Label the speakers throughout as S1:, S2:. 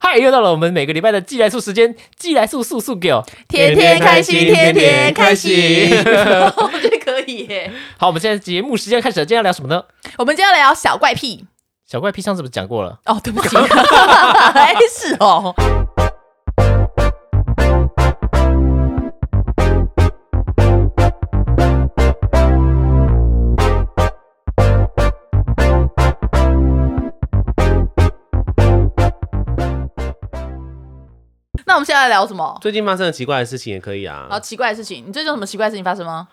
S1: 嗨，又到了我们每个礼拜的寄来素时间，寄来素素素给我。
S2: 天天开心，天天开心。
S3: 我觉得哦可以耶。
S1: 好，我们现在节目时间开始了，今天要聊什么呢？
S2: 我们今天要聊小怪癖
S1: 小怪癖上次不是讲过了？
S2: 哦，对不 起，哎是哦，那我们现在聊什么？
S3: 最近发生的奇怪的事情也可以啊
S2: 好。奇怪的事情，你最近有什么奇怪的事情发生吗？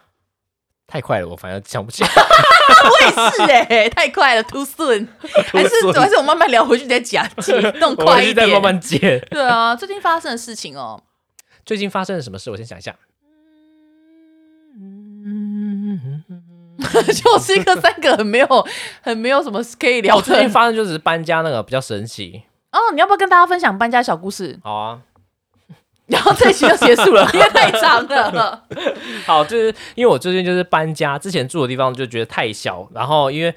S1: 太快了，我反而想不起 来。
S2: 我也是哎、太快了 ，too soon，还是还是我慢慢聊回去再讲，弄
S1: 我
S2: 快
S1: 是
S2: 一
S1: 在
S2: 点。
S1: 慢慢接。
S2: 对啊，最近发生的事情哦，
S1: 最近发生了什么事？我先想一下。
S2: 就是一个三个很没有 很没有什么可以聊
S1: 我最近
S2: 的。
S1: 发生就只是搬家那个比较神奇。
S2: 哦，你要不要跟大家分享搬家小故 事？
S1: 好啊，
S2: 然后这一期就结束 了，因为太长 了。
S1: 好，就是因为我最近就是搬家，之前住的地方就觉得太小，然后因为。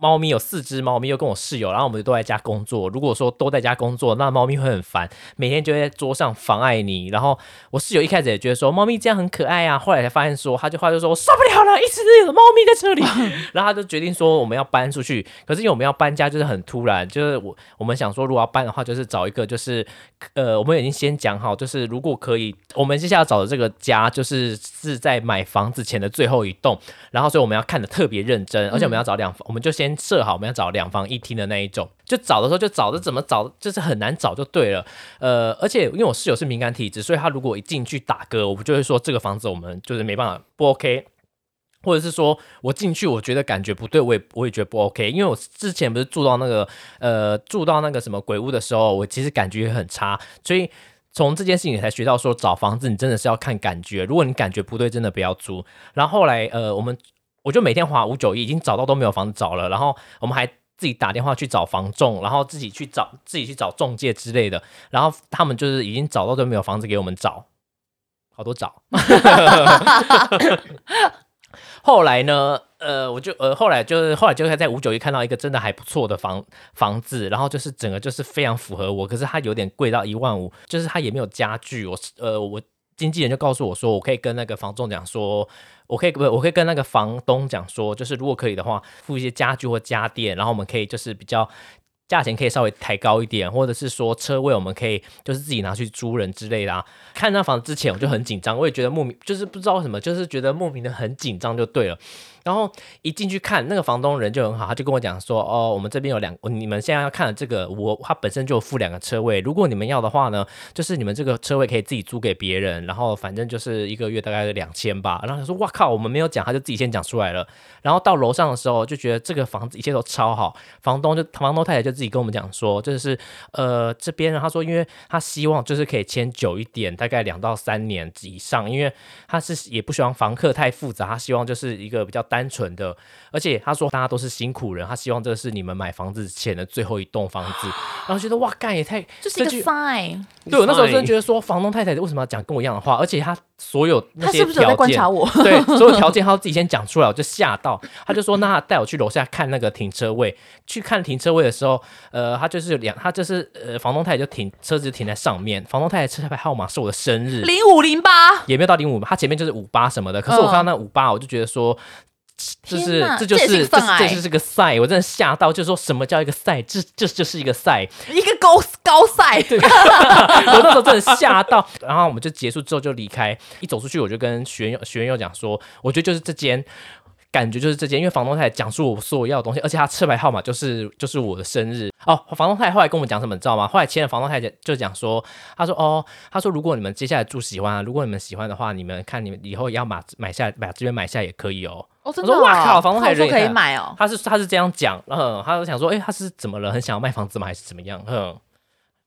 S1: 猫咪有四只猫咪，又跟我室友，然后我们都在家工作。如果说都在家工作，那猫咪会很烦，每天就会在桌上妨碍你。然后我室友一开始也觉得说猫咪这样很可爱啊，后来才发现说，他就话就说我受不了了，一直都有猫咪在这里。然后他就决定说我们要搬出去，可是因为我们要搬家就是很突然，就是我我们想说如果要搬的话，就是找一个就是呃，我们已经先讲好，就是如果可以，我们接下来找的这个家就是是在买房子前的最后一栋，然后所以我们要看的特别认真，而且我们要找两房，我们就先设好我们要找两房一厅的那一种，就找的时候就找的怎么找，就是很难找就对了。呃，而且因为我室友是敏感体质，所以他如果一进去打嗝，我们就会说这个房子我们就是没办法不 OK。或者是说我进去，我觉得感觉不对，我也我也觉得不 OK，因为我之前不是住到那个呃住到那个什么鬼屋的时候，我其实感觉也很差，所以从这件事情才学到说找房子你真的是要看感觉，如果你感觉不对，真的不要租。然后后来呃我们我就每天划五九一，已经找到都没有房子找了，然后我们还自己打电话去找房仲，然后自己去找自己去找中介之类的，然后他们就是已经找到都没有房子给我们找，好多找。 后来呢，呃，我就呃，后来就是后来就是在五九一看到一个真的还不错的房房子，然后就是整个就是非常符合我，可是它有点贵到一万五，就是它也没有家具，我是呃我。经纪人就告诉我说，我可以跟那个房仲讲说，我可以不，我可以跟那个房东讲说，就是如果可以的话，付一些家具或家电，然后我们可以就是比较价钱可以稍微抬高一点，或者是说车位我们可以就是自己拿去租人之类的啊。看那房子之前我就很紧张，我也觉得莫名就是不知道为什么，就是觉得莫名的很紧张就对了。然后一进去看，那个房东人就很好，他就跟我讲说，哦，我们这边有两，你们现在要看的这个，我他本身就有附两个车位，如果你们要的话呢，就是你们这个车位可以自己租给别人，然后反正就是一个月大概两千吧。然后他说，哇靠，我们没有讲，他就自己先讲出来了。然后到楼上的时候，就觉得这个房子一切都超好，房东就房东太太就自己跟我们讲说，就是呃这边呢，他说，因为他希望就是可以签久一点，大概两到三年以上，因为他是也不希望房客太复杂，他希望就是一个比较单纯的，而且他说大家都是辛苦人，他希望这是你们买房子前的最后一栋房子， 然后觉得哇干也太欸
S2: 就是一个
S1: 这句
S2: sign，
S1: 对我那时候真的
S3: Fine
S1: 觉得说，房东太太为什么要讲跟我一样的话？而且他所有那
S2: 他
S1: 些条
S2: 是不
S1: 件，
S2: 是有在观察我？
S1: 对，所有条件他自己先讲出来，我就吓到。他就说，那他带我去楼下看那个停车位。去看停车位的时候，呃，他就是有两，他就是呃，房东太太就停车子就停在上面，房东太太车牌号码是我的生日，
S2: 零五零八，
S1: 也没有到零五，他前面就是五八什么的。可是我看到那五八，我就觉得说。就是
S2: 嗯天，哪
S1: 这就
S2: 这也是
S1: 是，
S2: 一
S1: 这
S2: 个
S1: 是这
S2: sign
S1: 就是个赛，我真的吓到，就说什么叫一个赛，这这就是一个赛，
S2: 一个高高赛，
S1: 我那时候真的吓到，然后我们就结束之后就离开。一走出去，我就跟学员学员又讲说，我觉得就是这间。感觉就是这间，因为房东太太讲出我所有要的东西，而且他车牌号码就是就是我的生日哦。房东太太后来跟我们讲什么，你知道吗？后来签了房东太太就讲说，他说哦，他说如果你们接下来住喜欢、啊，如果你们喜欢的话，你们看你们以后要买买下把这边买下也可以哦。
S2: 哦，
S1: 我
S2: 真的、
S1: 说
S2: 哦，
S1: 哇靠，房东太
S2: 他
S1: 太人啊
S2: 说
S1: 也
S2: 可以
S1: 太
S2: 买哦，
S1: 他是他是这样讲，嗯，他就想说，哎、他是怎么了？很想要卖房子吗？还是怎么样？嗯，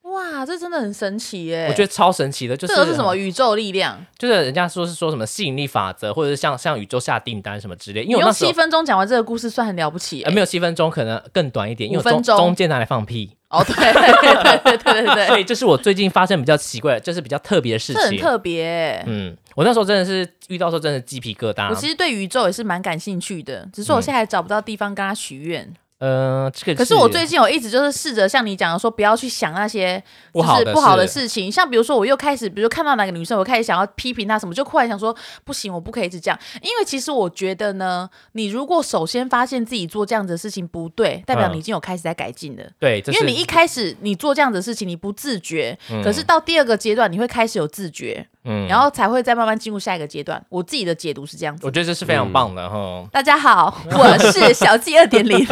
S2: 哇，这真的很神奇耶！
S1: 我觉得超神奇的，就是
S2: 这个是什么宇宙力量？
S1: 就是人家说是说什么吸引力法则，或者是像像宇宙下订单什么之类。因为
S2: 你
S1: 我
S2: 用
S1: 那时
S2: 七
S1: 候、
S2: 分钟讲完这个故事，算很了不起耶
S1: 呃、没有七分钟，可能更短一点，因为我
S2: 五分
S1: 中
S2: 钟
S1: 中间拿来放屁。
S2: 哦，对 对对对对
S1: 所
S2: 对，
S1: 以这是我最近发生比较奇怪的，就是比较特别的事
S2: 这很
S1: 情。
S2: 特别耶。
S1: 嗯，啊我那时候真的是遇到的时候真的鸡皮疙
S2: 我其
S1: 瘩。
S2: 实对宇宙也是蛮感兴趣的，只是我现在还找不到地方跟他许愿。
S1: 嗯、这个
S2: 可是我最近有一直就是试着像你讲的说，不要去想那些
S1: 不
S2: 就
S1: 好
S2: 是
S1: 的
S2: 不好的
S1: 事
S2: 事情。像比如说，我又开始，比如说看到哪个女生，我开始想要批评她什么，就忽然想说，不行，我不可以一直这样。因为其实我觉得呢，你如果首先发现自己做这样子的事情不对，代表
S1: 嗯
S2: 你已经有开始在改进了。
S1: 对，这
S2: 因为
S1: 是
S2: 你一开始你做这样子的事情，你不自觉，可是到第二个阶段，你会开始有自觉，
S1: 嗯
S2: 然后才会再慢慢进入下一个阶段。我自己的解读是这样子。
S1: 我觉得这是非常棒的哈。
S2: 大家好，我是小纪 二点零。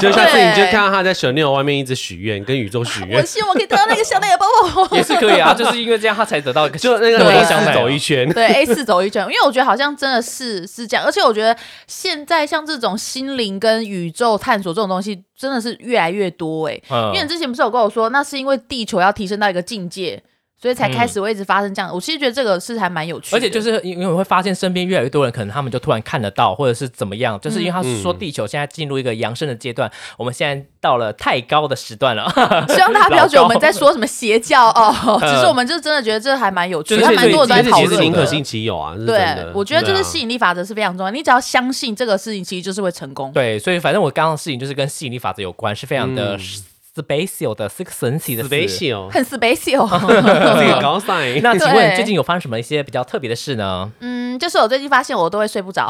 S3: 就下次你就
S2: 对
S3: 看到他在 Chanel 外面一直许愿，跟宇宙许
S2: 我
S3: 愿，
S2: 希望可以得到那个香奈儿包包。
S1: 也是可以啊，就是因为这样他才得到 一个
S3: 就那个
S2: 对
S3: 螺
S2: 啊
S3: 丝走 一圈。
S2: 对 A 四走一圈，因为我觉得好像真的是是这样，而且我觉得现在像这种心灵跟宇宙探索这种东西，真的是越来越多哎、
S1: 嗯
S2: 因为你之前不是有跟我说，那是因为地球要提升到一个境界，所以才开始会一直发生这样。我其实觉得这个是还蛮有趣
S1: 嗯
S2: 的，
S1: 而且就是因为我会发现身边越来越多人，可能他们就突然看得到，或者是怎么样，就是因为他说地球现在进入一个扬升的阶段，我们现在到了太高的时段了，
S2: 希望大家不要觉得
S1: 老高
S2: 我们在说什么邪教哦，
S1: 嗯
S2: 只是我们就真的觉得这还蛮有趣
S1: 就
S2: 的，
S1: 是
S2: 还
S1: 所以
S2: 蛮多人
S1: 这
S2: 都在
S1: 个
S2: 讨
S1: 其
S3: 其
S1: 实
S3: 实
S2: 论
S1: 宁
S3: 宁
S1: 可
S3: 可
S2: 的。
S1: 信
S3: 信其有啊，是真
S2: 对
S3: 的，。
S2: 我觉得这是吸
S3: 信。
S2: 引力法则是非常重要，你只要相信这个事情，其实就是会成功。
S1: 对，所以反正我刚刚的事情就是跟吸引力法则有关，是非常的 special 的，是个神奇的事
S3: special，
S2: 很 special。
S3: 这个高赛。
S1: 那请问
S2: 对
S1: 最近有发生什么一些比较特别的事呢？
S2: 嗯，就是我最近发现我都会睡 不着，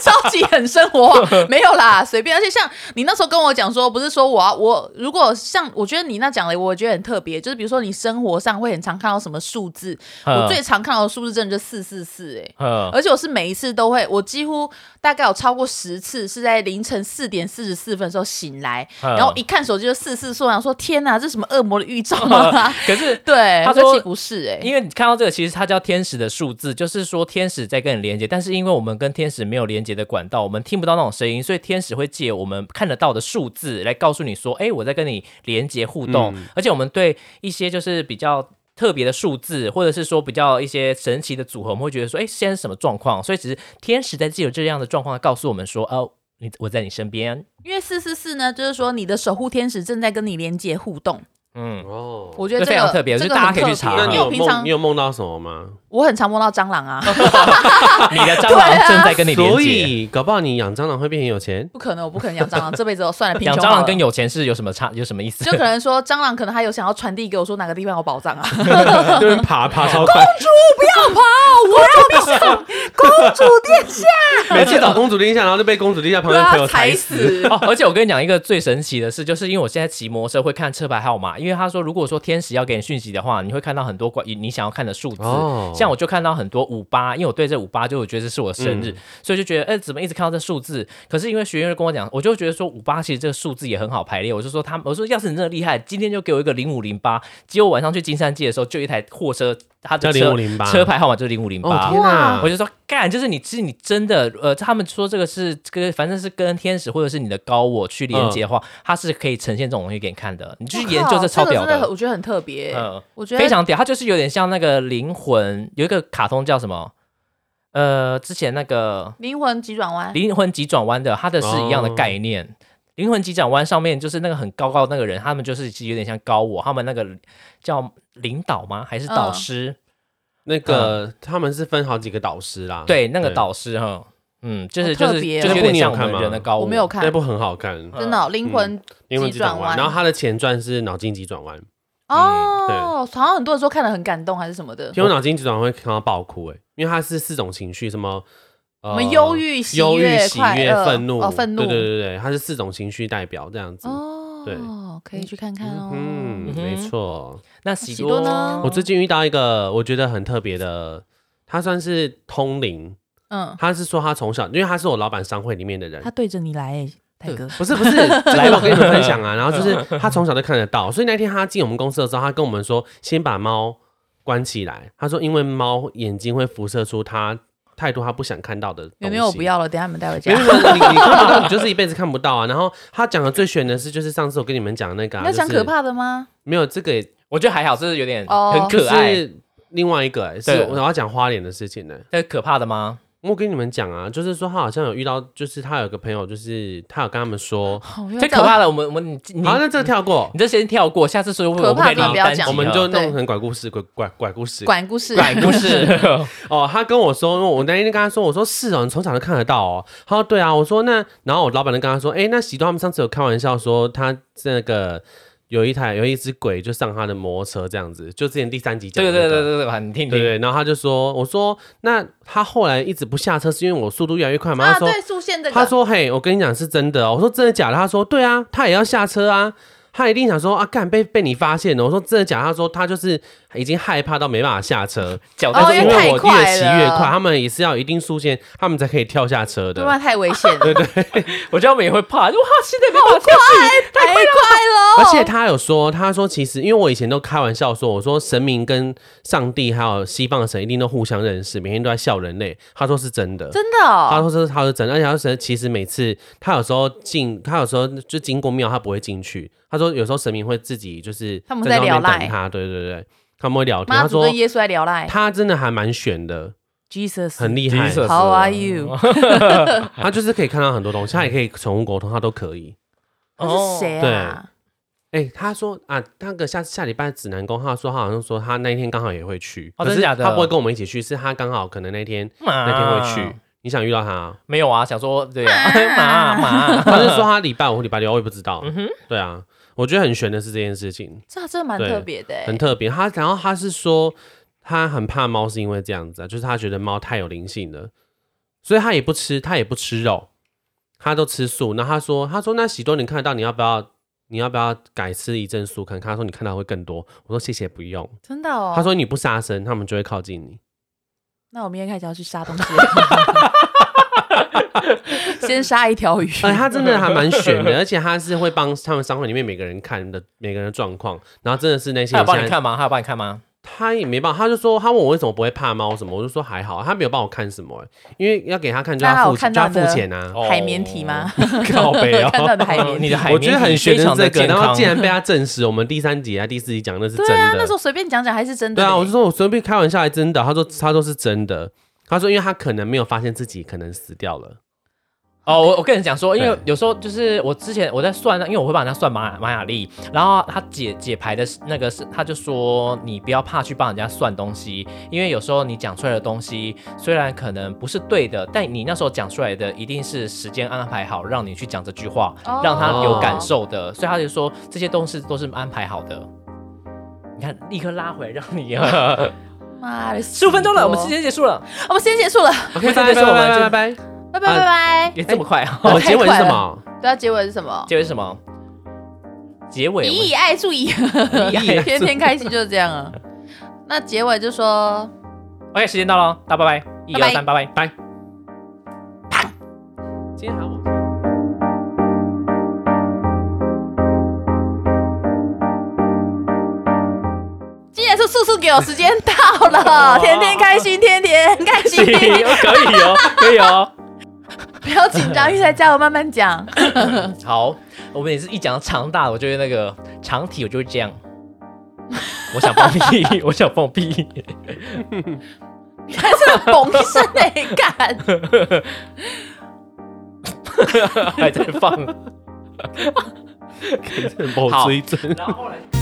S2: 超级很生活化，没有啦，随便。而且像你那时候跟我讲说，不是说我要我如果像我觉得你那讲的，我觉得很特别，就是比如说你生活上会很常看到什么数字，
S1: 嗯
S2: 我最常看到的数字真的就四四四，哎。
S1: 嗯，
S2: 而且我是每一次都会，我几乎大概有超过十次是在凌晨四点四十四分的时候醒来，
S1: 嗯
S2: 然后一看手机就四四说，想说天哪，这是什么恶魔的预兆吗？
S1: 可是。
S2: 对，
S1: 他
S2: 我觉得
S1: 说
S2: 其实不是哎、
S1: 因为你看到这个，其实它叫天使的数字，就是说天使在跟你连接，但是因为我们跟天使没有连接的管道，我们听不到那种声音，所以天使会借我们看得到的数字来告诉你说，哎，我在跟你连接互动，
S3: 嗯
S1: 而且我们对一些就是比较。特别的数字，或者是说比较一些神奇的组合，我们会觉得说，哎、现在是什么状况？所以只是天使在借由这样的状况告诉我们说，哦，你我在你身边，
S2: 因为四四四呢，就是说你的守护天使正在跟你连接互动，
S1: 嗯，
S3: 哦，
S2: 我觉得
S1: 这
S2: 这
S1: 非
S2: 个
S1: 常特别
S2: 这
S1: 就
S2: 个
S1: 大家
S2: 很
S1: 可以去
S2: 特别
S1: 查
S3: 那
S1: 啊
S3: 你
S2: 因为我
S3: 有
S2: 平
S3: 梦，
S2: 常
S3: 你有梦到什么吗？
S2: 我很常梦到蟑螂啊，
S1: 你的蟑螂正在跟你连
S3: 所
S1: 接。
S3: 以搞不好你养蟑螂会变很 有钱。
S2: 不可能，我不可能养蟑螂，这辈子我算了，贫
S3: 啊
S1: 养
S2: 穷
S1: 蟑
S2: 好
S1: 螂
S2: 了
S1: 跟有钱是有什么差？有什么意思？
S2: 就可能说蟑螂可能还有想要传递给我说哪个地方有宝藏啊，
S3: 就是爬爬超快，
S2: 不要跑，我要你上公主殿下，
S3: 每次找公主殿下，然后就被公主殿下旁
S2: 对
S3: 边朋友
S2: 啊，
S3: 踩
S2: 踩
S3: 死。
S2: 死。
S1: 哦，而且我跟你讲一个最神奇的事，就是因为我现在骑摩托车会看车牌号码，因为他说如果说天使要给你讯息的话，你会看到很多关于你想要看的数字，
S3: 哦
S1: 像我就看到很多五八，因为我对这五八就我觉得这是我生
S3: 嗯
S1: 日，所以就觉得哎、怎么一直看到这数字？可是因为学员就跟我讲，我就觉得说五八其实这个数字也很好排列，我就说他们，我说要是你真的厉害，今天就给我一个零五零八，结果晚上去金山街的时候，就有一台货车，它的
S3: 叫
S1: 车
S3: 0508
S1: 车牌号码就是零五零
S3: 哦
S1: 八，
S3: 天哪！
S1: 我就说干，就是你，其实你真的，呃，他们说这个是这个，反正是跟天使或者是你的高我去连接的话，它是可以呈现这种东西给你看的。你去研究
S2: 我靠
S1: 超屌
S2: 个哦真的，我觉得很特别。
S1: 嗯，
S2: 我觉得
S1: 非常屌。它就是有点像那个灵魂，有一个卡通叫什么？呃，之前那个
S2: 灵魂急转弯
S1: 《灵魂急转弯》的，它的是一样的概念。灵魂急转弯》上面就是那个很高高的那个人，他们就是其实有点像高我，他们那个叫领导吗？还是导
S2: 嗯
S1: 师？
S3: 那个他们是分好几个导师啦，
S1: 对，那个导师哈，嗯，就是就
S2: 好
S1: 是
S2: 特别
S1: 就是
S3: 哦
S1: 有点像我
S3: 那部你有看
S1: 们
S3: 吗
S1: 人的高我，
S2: 我没有
S3: 那
S2: 看，
S3: 部很好看，
S2: 真的哦灵魂
S3: 英文
S2: 急
S3: 急
S2: 转
S3: 转
S2: 弯
S3: 弯。然后它的前传是脑筋急转弯，嗯
S2: 哦，好像很多人说看了很感动还是什么的，
S3: 听我脑筋急转弯会看到爆哭哎，因为它是四种情绪，什么
S2: 什
S3: 呃
S2: 么忧郁、喜
S3: 忧郁、
S2: 悦、
S3: 喜
S2: 快
S3: 悦、
S2: 乐、
S3: 愤怒
S2: 哦，愤怒
S3: 对对对对，它是四种情绪代表这样子。
S2: 哦，
S3: 对，
S2: 可以去看看哦。
S3: 嗯，没错。
S1: 那喜
S2: 喜
S1: 多
S2: 多呢
S3: 我最近遇到一个我觉得很特别的，他算是通灵，
S2: 嗯，
S3: 他是说他从小，因为他是我老板商会里面的人
S2: 他，对着你来、欸，泰哥，
S3: 不是不是， 来我跟你们分享啊。然后就是
S1: 嗯
S3: 他从小就看得到，所以那天他进我们公司的时候，他跟我们说先把猫关起来。他说因为猫眼睛会辐射出他太多他不想看到的东西。
S2: 有没有不要了？等一下你们带回家
S3: 没有？。没有你你看不到，你就是一辈子看不到啊。然后他讲的最悬的是，就是上次我跟你们讲的那个、啊，
S2: 要讲
S3: 就是
S2: 可怕的吗？
S3: 没有这个也
S1: 我觉得还好，这是有点
S2: 哦
S1: 很可爱，
S3: 是另外一个、欸、是
S1: 对
S3: 我要讲花脸的事情呢、
S1: 那可怕的吗？
S3: 我跟你们讲啊，就是说他好像有遇到，就是他有个朋友，就是他有跟他们说，
S2: 哦
S1: 太可，怕了。我们我们你你
S3: 好，那这个跳过，
S1: 你就先跳过，下次说
S2: 可
S1: 我
S2: 怕
S1: 们
S2: 的
S1: 可以
S2: 不要讲
S3: 我们就弄
S2: 对
S3: 成鬼故事，鬼鬼鬼故事。
S2: 管故事，啊
S1: 拐故事，
S3: 哦，他跟我说，因为我那天跟他说，我说是哦，你从小就看得到哦。他说对啊，我说那，然后我老板就跟他说，哎，那喜多他们上次有开玩笑说他这个有一台有一只鬼就上他的摩托车这样子，就之前第三集讲的
S1: 对对
S3: 那个、
S1: 对对对，好你听
S3: 对
S1: 听，
S3: 对，然后他就说，我说那他后来一直不下车是因为我速度越来越快吗？
S2: 啊，
S3: 他说
S2: 对，速线这个，
S3: 他说：“嘿，我跟你讲是真的、哦。”我说：“真的假的？”他说：“对啊，他也要下车啊，他一定想说啊，干被被你发现哦了。”我说：“真的假的？”他说：“他就是已经害怕到没办法下车，
S1: 脚
S2: 哦
S1: 在
S3: 但是
S2: 因
S3: 因
S2: 为太
S3: 为我越骑越
S2: 快
S3: 快，
S2: 了
S3: 他们也是要有一定速限，他们才可以跳下车
S2: 对啊
S3: 的。”
S2: 吧？太危险了，
S1: 我觉得我们也会怕，就哇，现在没办法跳去，
S2: 太快了，
S3: 而且他有说，他说其实因为我以前都开玩笑说，我说神明跟上帝还有西方的神一定都互相认识，每天都在笑人类。他说是真的，
S2: 真的哦，
S3: 他说这是他的诊，而且他说其实每次他有时候进，他有时候就经过庙，他不会进去。他说有时候神明会自己就是
S2: 他们在聊
S3: 那
S2: 赖
S3: 边等他，对对对，他们会聊天。
S2: 妈
S3: 他
S2: 祖
S3: 说
S2: 跟耶稣在聊赖
S3: 他真的还蛮悬的，
S2: ，Jesus，
S3: 很厉害，
S1: Jesus
S2: How are you？
S3: 他就是可以看到很多东西，他也可以宠物沟通，他都可以。
S1: 哦
S2: 他是谁啊？
S3: 哎、他说啊，那个下下礼拜指南宫，他说他好像说他那一天刚好也会去，
S1: 哦
S3: 可是
S1: 真的假的
S3: 他不会跟我们一起去，是他刚好可能那天
S1: 那
S3: 那天会
S1: 啊
S3: 去。你想遇到他、
S1: 没有啊，想说对啊，马马，
S3: 他是说他礼拜五、礼拜六，我也不知道。对啊，我觉得很悬的是这件事情，
S2: 这真的蛮
S3: 对
S2: 特别的欸，
S3: 很特别。他然后他是说他很怕猫，是因为这样子啊，就是他觉得猫太有灵性了，所以他也不吃，他也不吃肉，他都吃素。那他说他说那喜多你看得到，你要不要？你要不要改吃一阵素看看？他说你看到会更多。我说谢谢，不用。
S2: 真的哦。
S3: 他说你不杀生，他们就会靠近你。
S2: 那我明天开始要去杀东西了，先杀一条鱼。
S3: 哎，他真的还蛮选的，而且他是会帮他们商会里面每个人看的每个人的状况，然后真的是那些
S1: 他有
S3: 人
S1: 帮
S3: 现
S1: 你
S3: 在
S1: 看吗？他有帮你看吗？
S3: 他也没办法，他就说他问我为什么不会怕猫什么，我就说还好，他没有帮我看什么、欸因为要给他看就
S2: 那他
S3: 要
S2: 有
S3: 付
S2: 看
S3: 钱，就
S2: 到
S3: 要
S2: 你
S3: 付
S2: 的
S3: 钱啊。
S2: 海绵体吗？
S3: 靠北哦
S2: 看到你的海绵
S1: 你
S2: 体。
S1: 的海
S3: 我
S1: 绵
S3: 觉得很悬
S1: 非
S3: 的是
S1: 常
S3: 这
S1: 的
S3: 个，
S1: 健
S3: 然后
S1: 康
S3: 竟，然被他证实，我们第三集啊第四集讲的是真
S2: 对啊，那时
S3: 的，
S2: 候随便讲讲还是真的
S3: 对
S2: 嘞。
S3: 啊，我就说我随便开玩笑还真的，他说他说是真的，他说因为他可能没有发现自己可能死掉了，
S1: 哦，我我跟你讲说，因为
S3: 对
S1: 有时候就是我之前我在算，因为我会帮人家算玛雅玛雅历，然后他解解牌的是那个是，他就说你不要怕去帮人家算东西，因为有时候你讲出来的东西虽然可能不是对的，但你那时候讲出来的一定是时间安排好，让你去讲这句话，
S2: 哦
S1: 让他有感受的，所以他就说这些东西都是安排好的。你看，立刻拉回来，让你
S2: 妈的，
S1: 十五分钟了，我们
S2: 时
S1: 时
S2: 间
S1: 间结束了，
S2: 我们时间结束了，
S1: OK，这就是我们
S3: 拜
S1: 这
S3: 拜拜拜。
S2: 拜拜拜拜。
S1: 也这么快啊？
S3: 我们
S2: 太
S3: 结尾是
S2: 快
S3: 什
S2: 了
S3: 么？
S2: 对啊，结尾是什么？
S1: 结尾是什么？结尾我
S2: 以以爱助以，
S1: 以
S2: 天天开心就是这样啊。那结尾就说
S1: OK，时间到了，哦大家拜拜，一
S2: 拜拜
S1: 二三，拜 拜，拜。
S3: 今天还我。
S2: 今年是速速给我时间到了，天天开心，天天开
S1: 行，
S2: 心
S1: 可，以哦，可以哦。
S2: 不要紧张，一直在加油，慢慢讲。
S1: 好，我们也是一讲长大，我就会那个长体，我就会这 样。我想放屁，我想放 屁。
S2: 还是嘣一声哎，干！
S1: 还在放。
S3: 某
S1: 好
S3: 追真。
S1: 然后后来。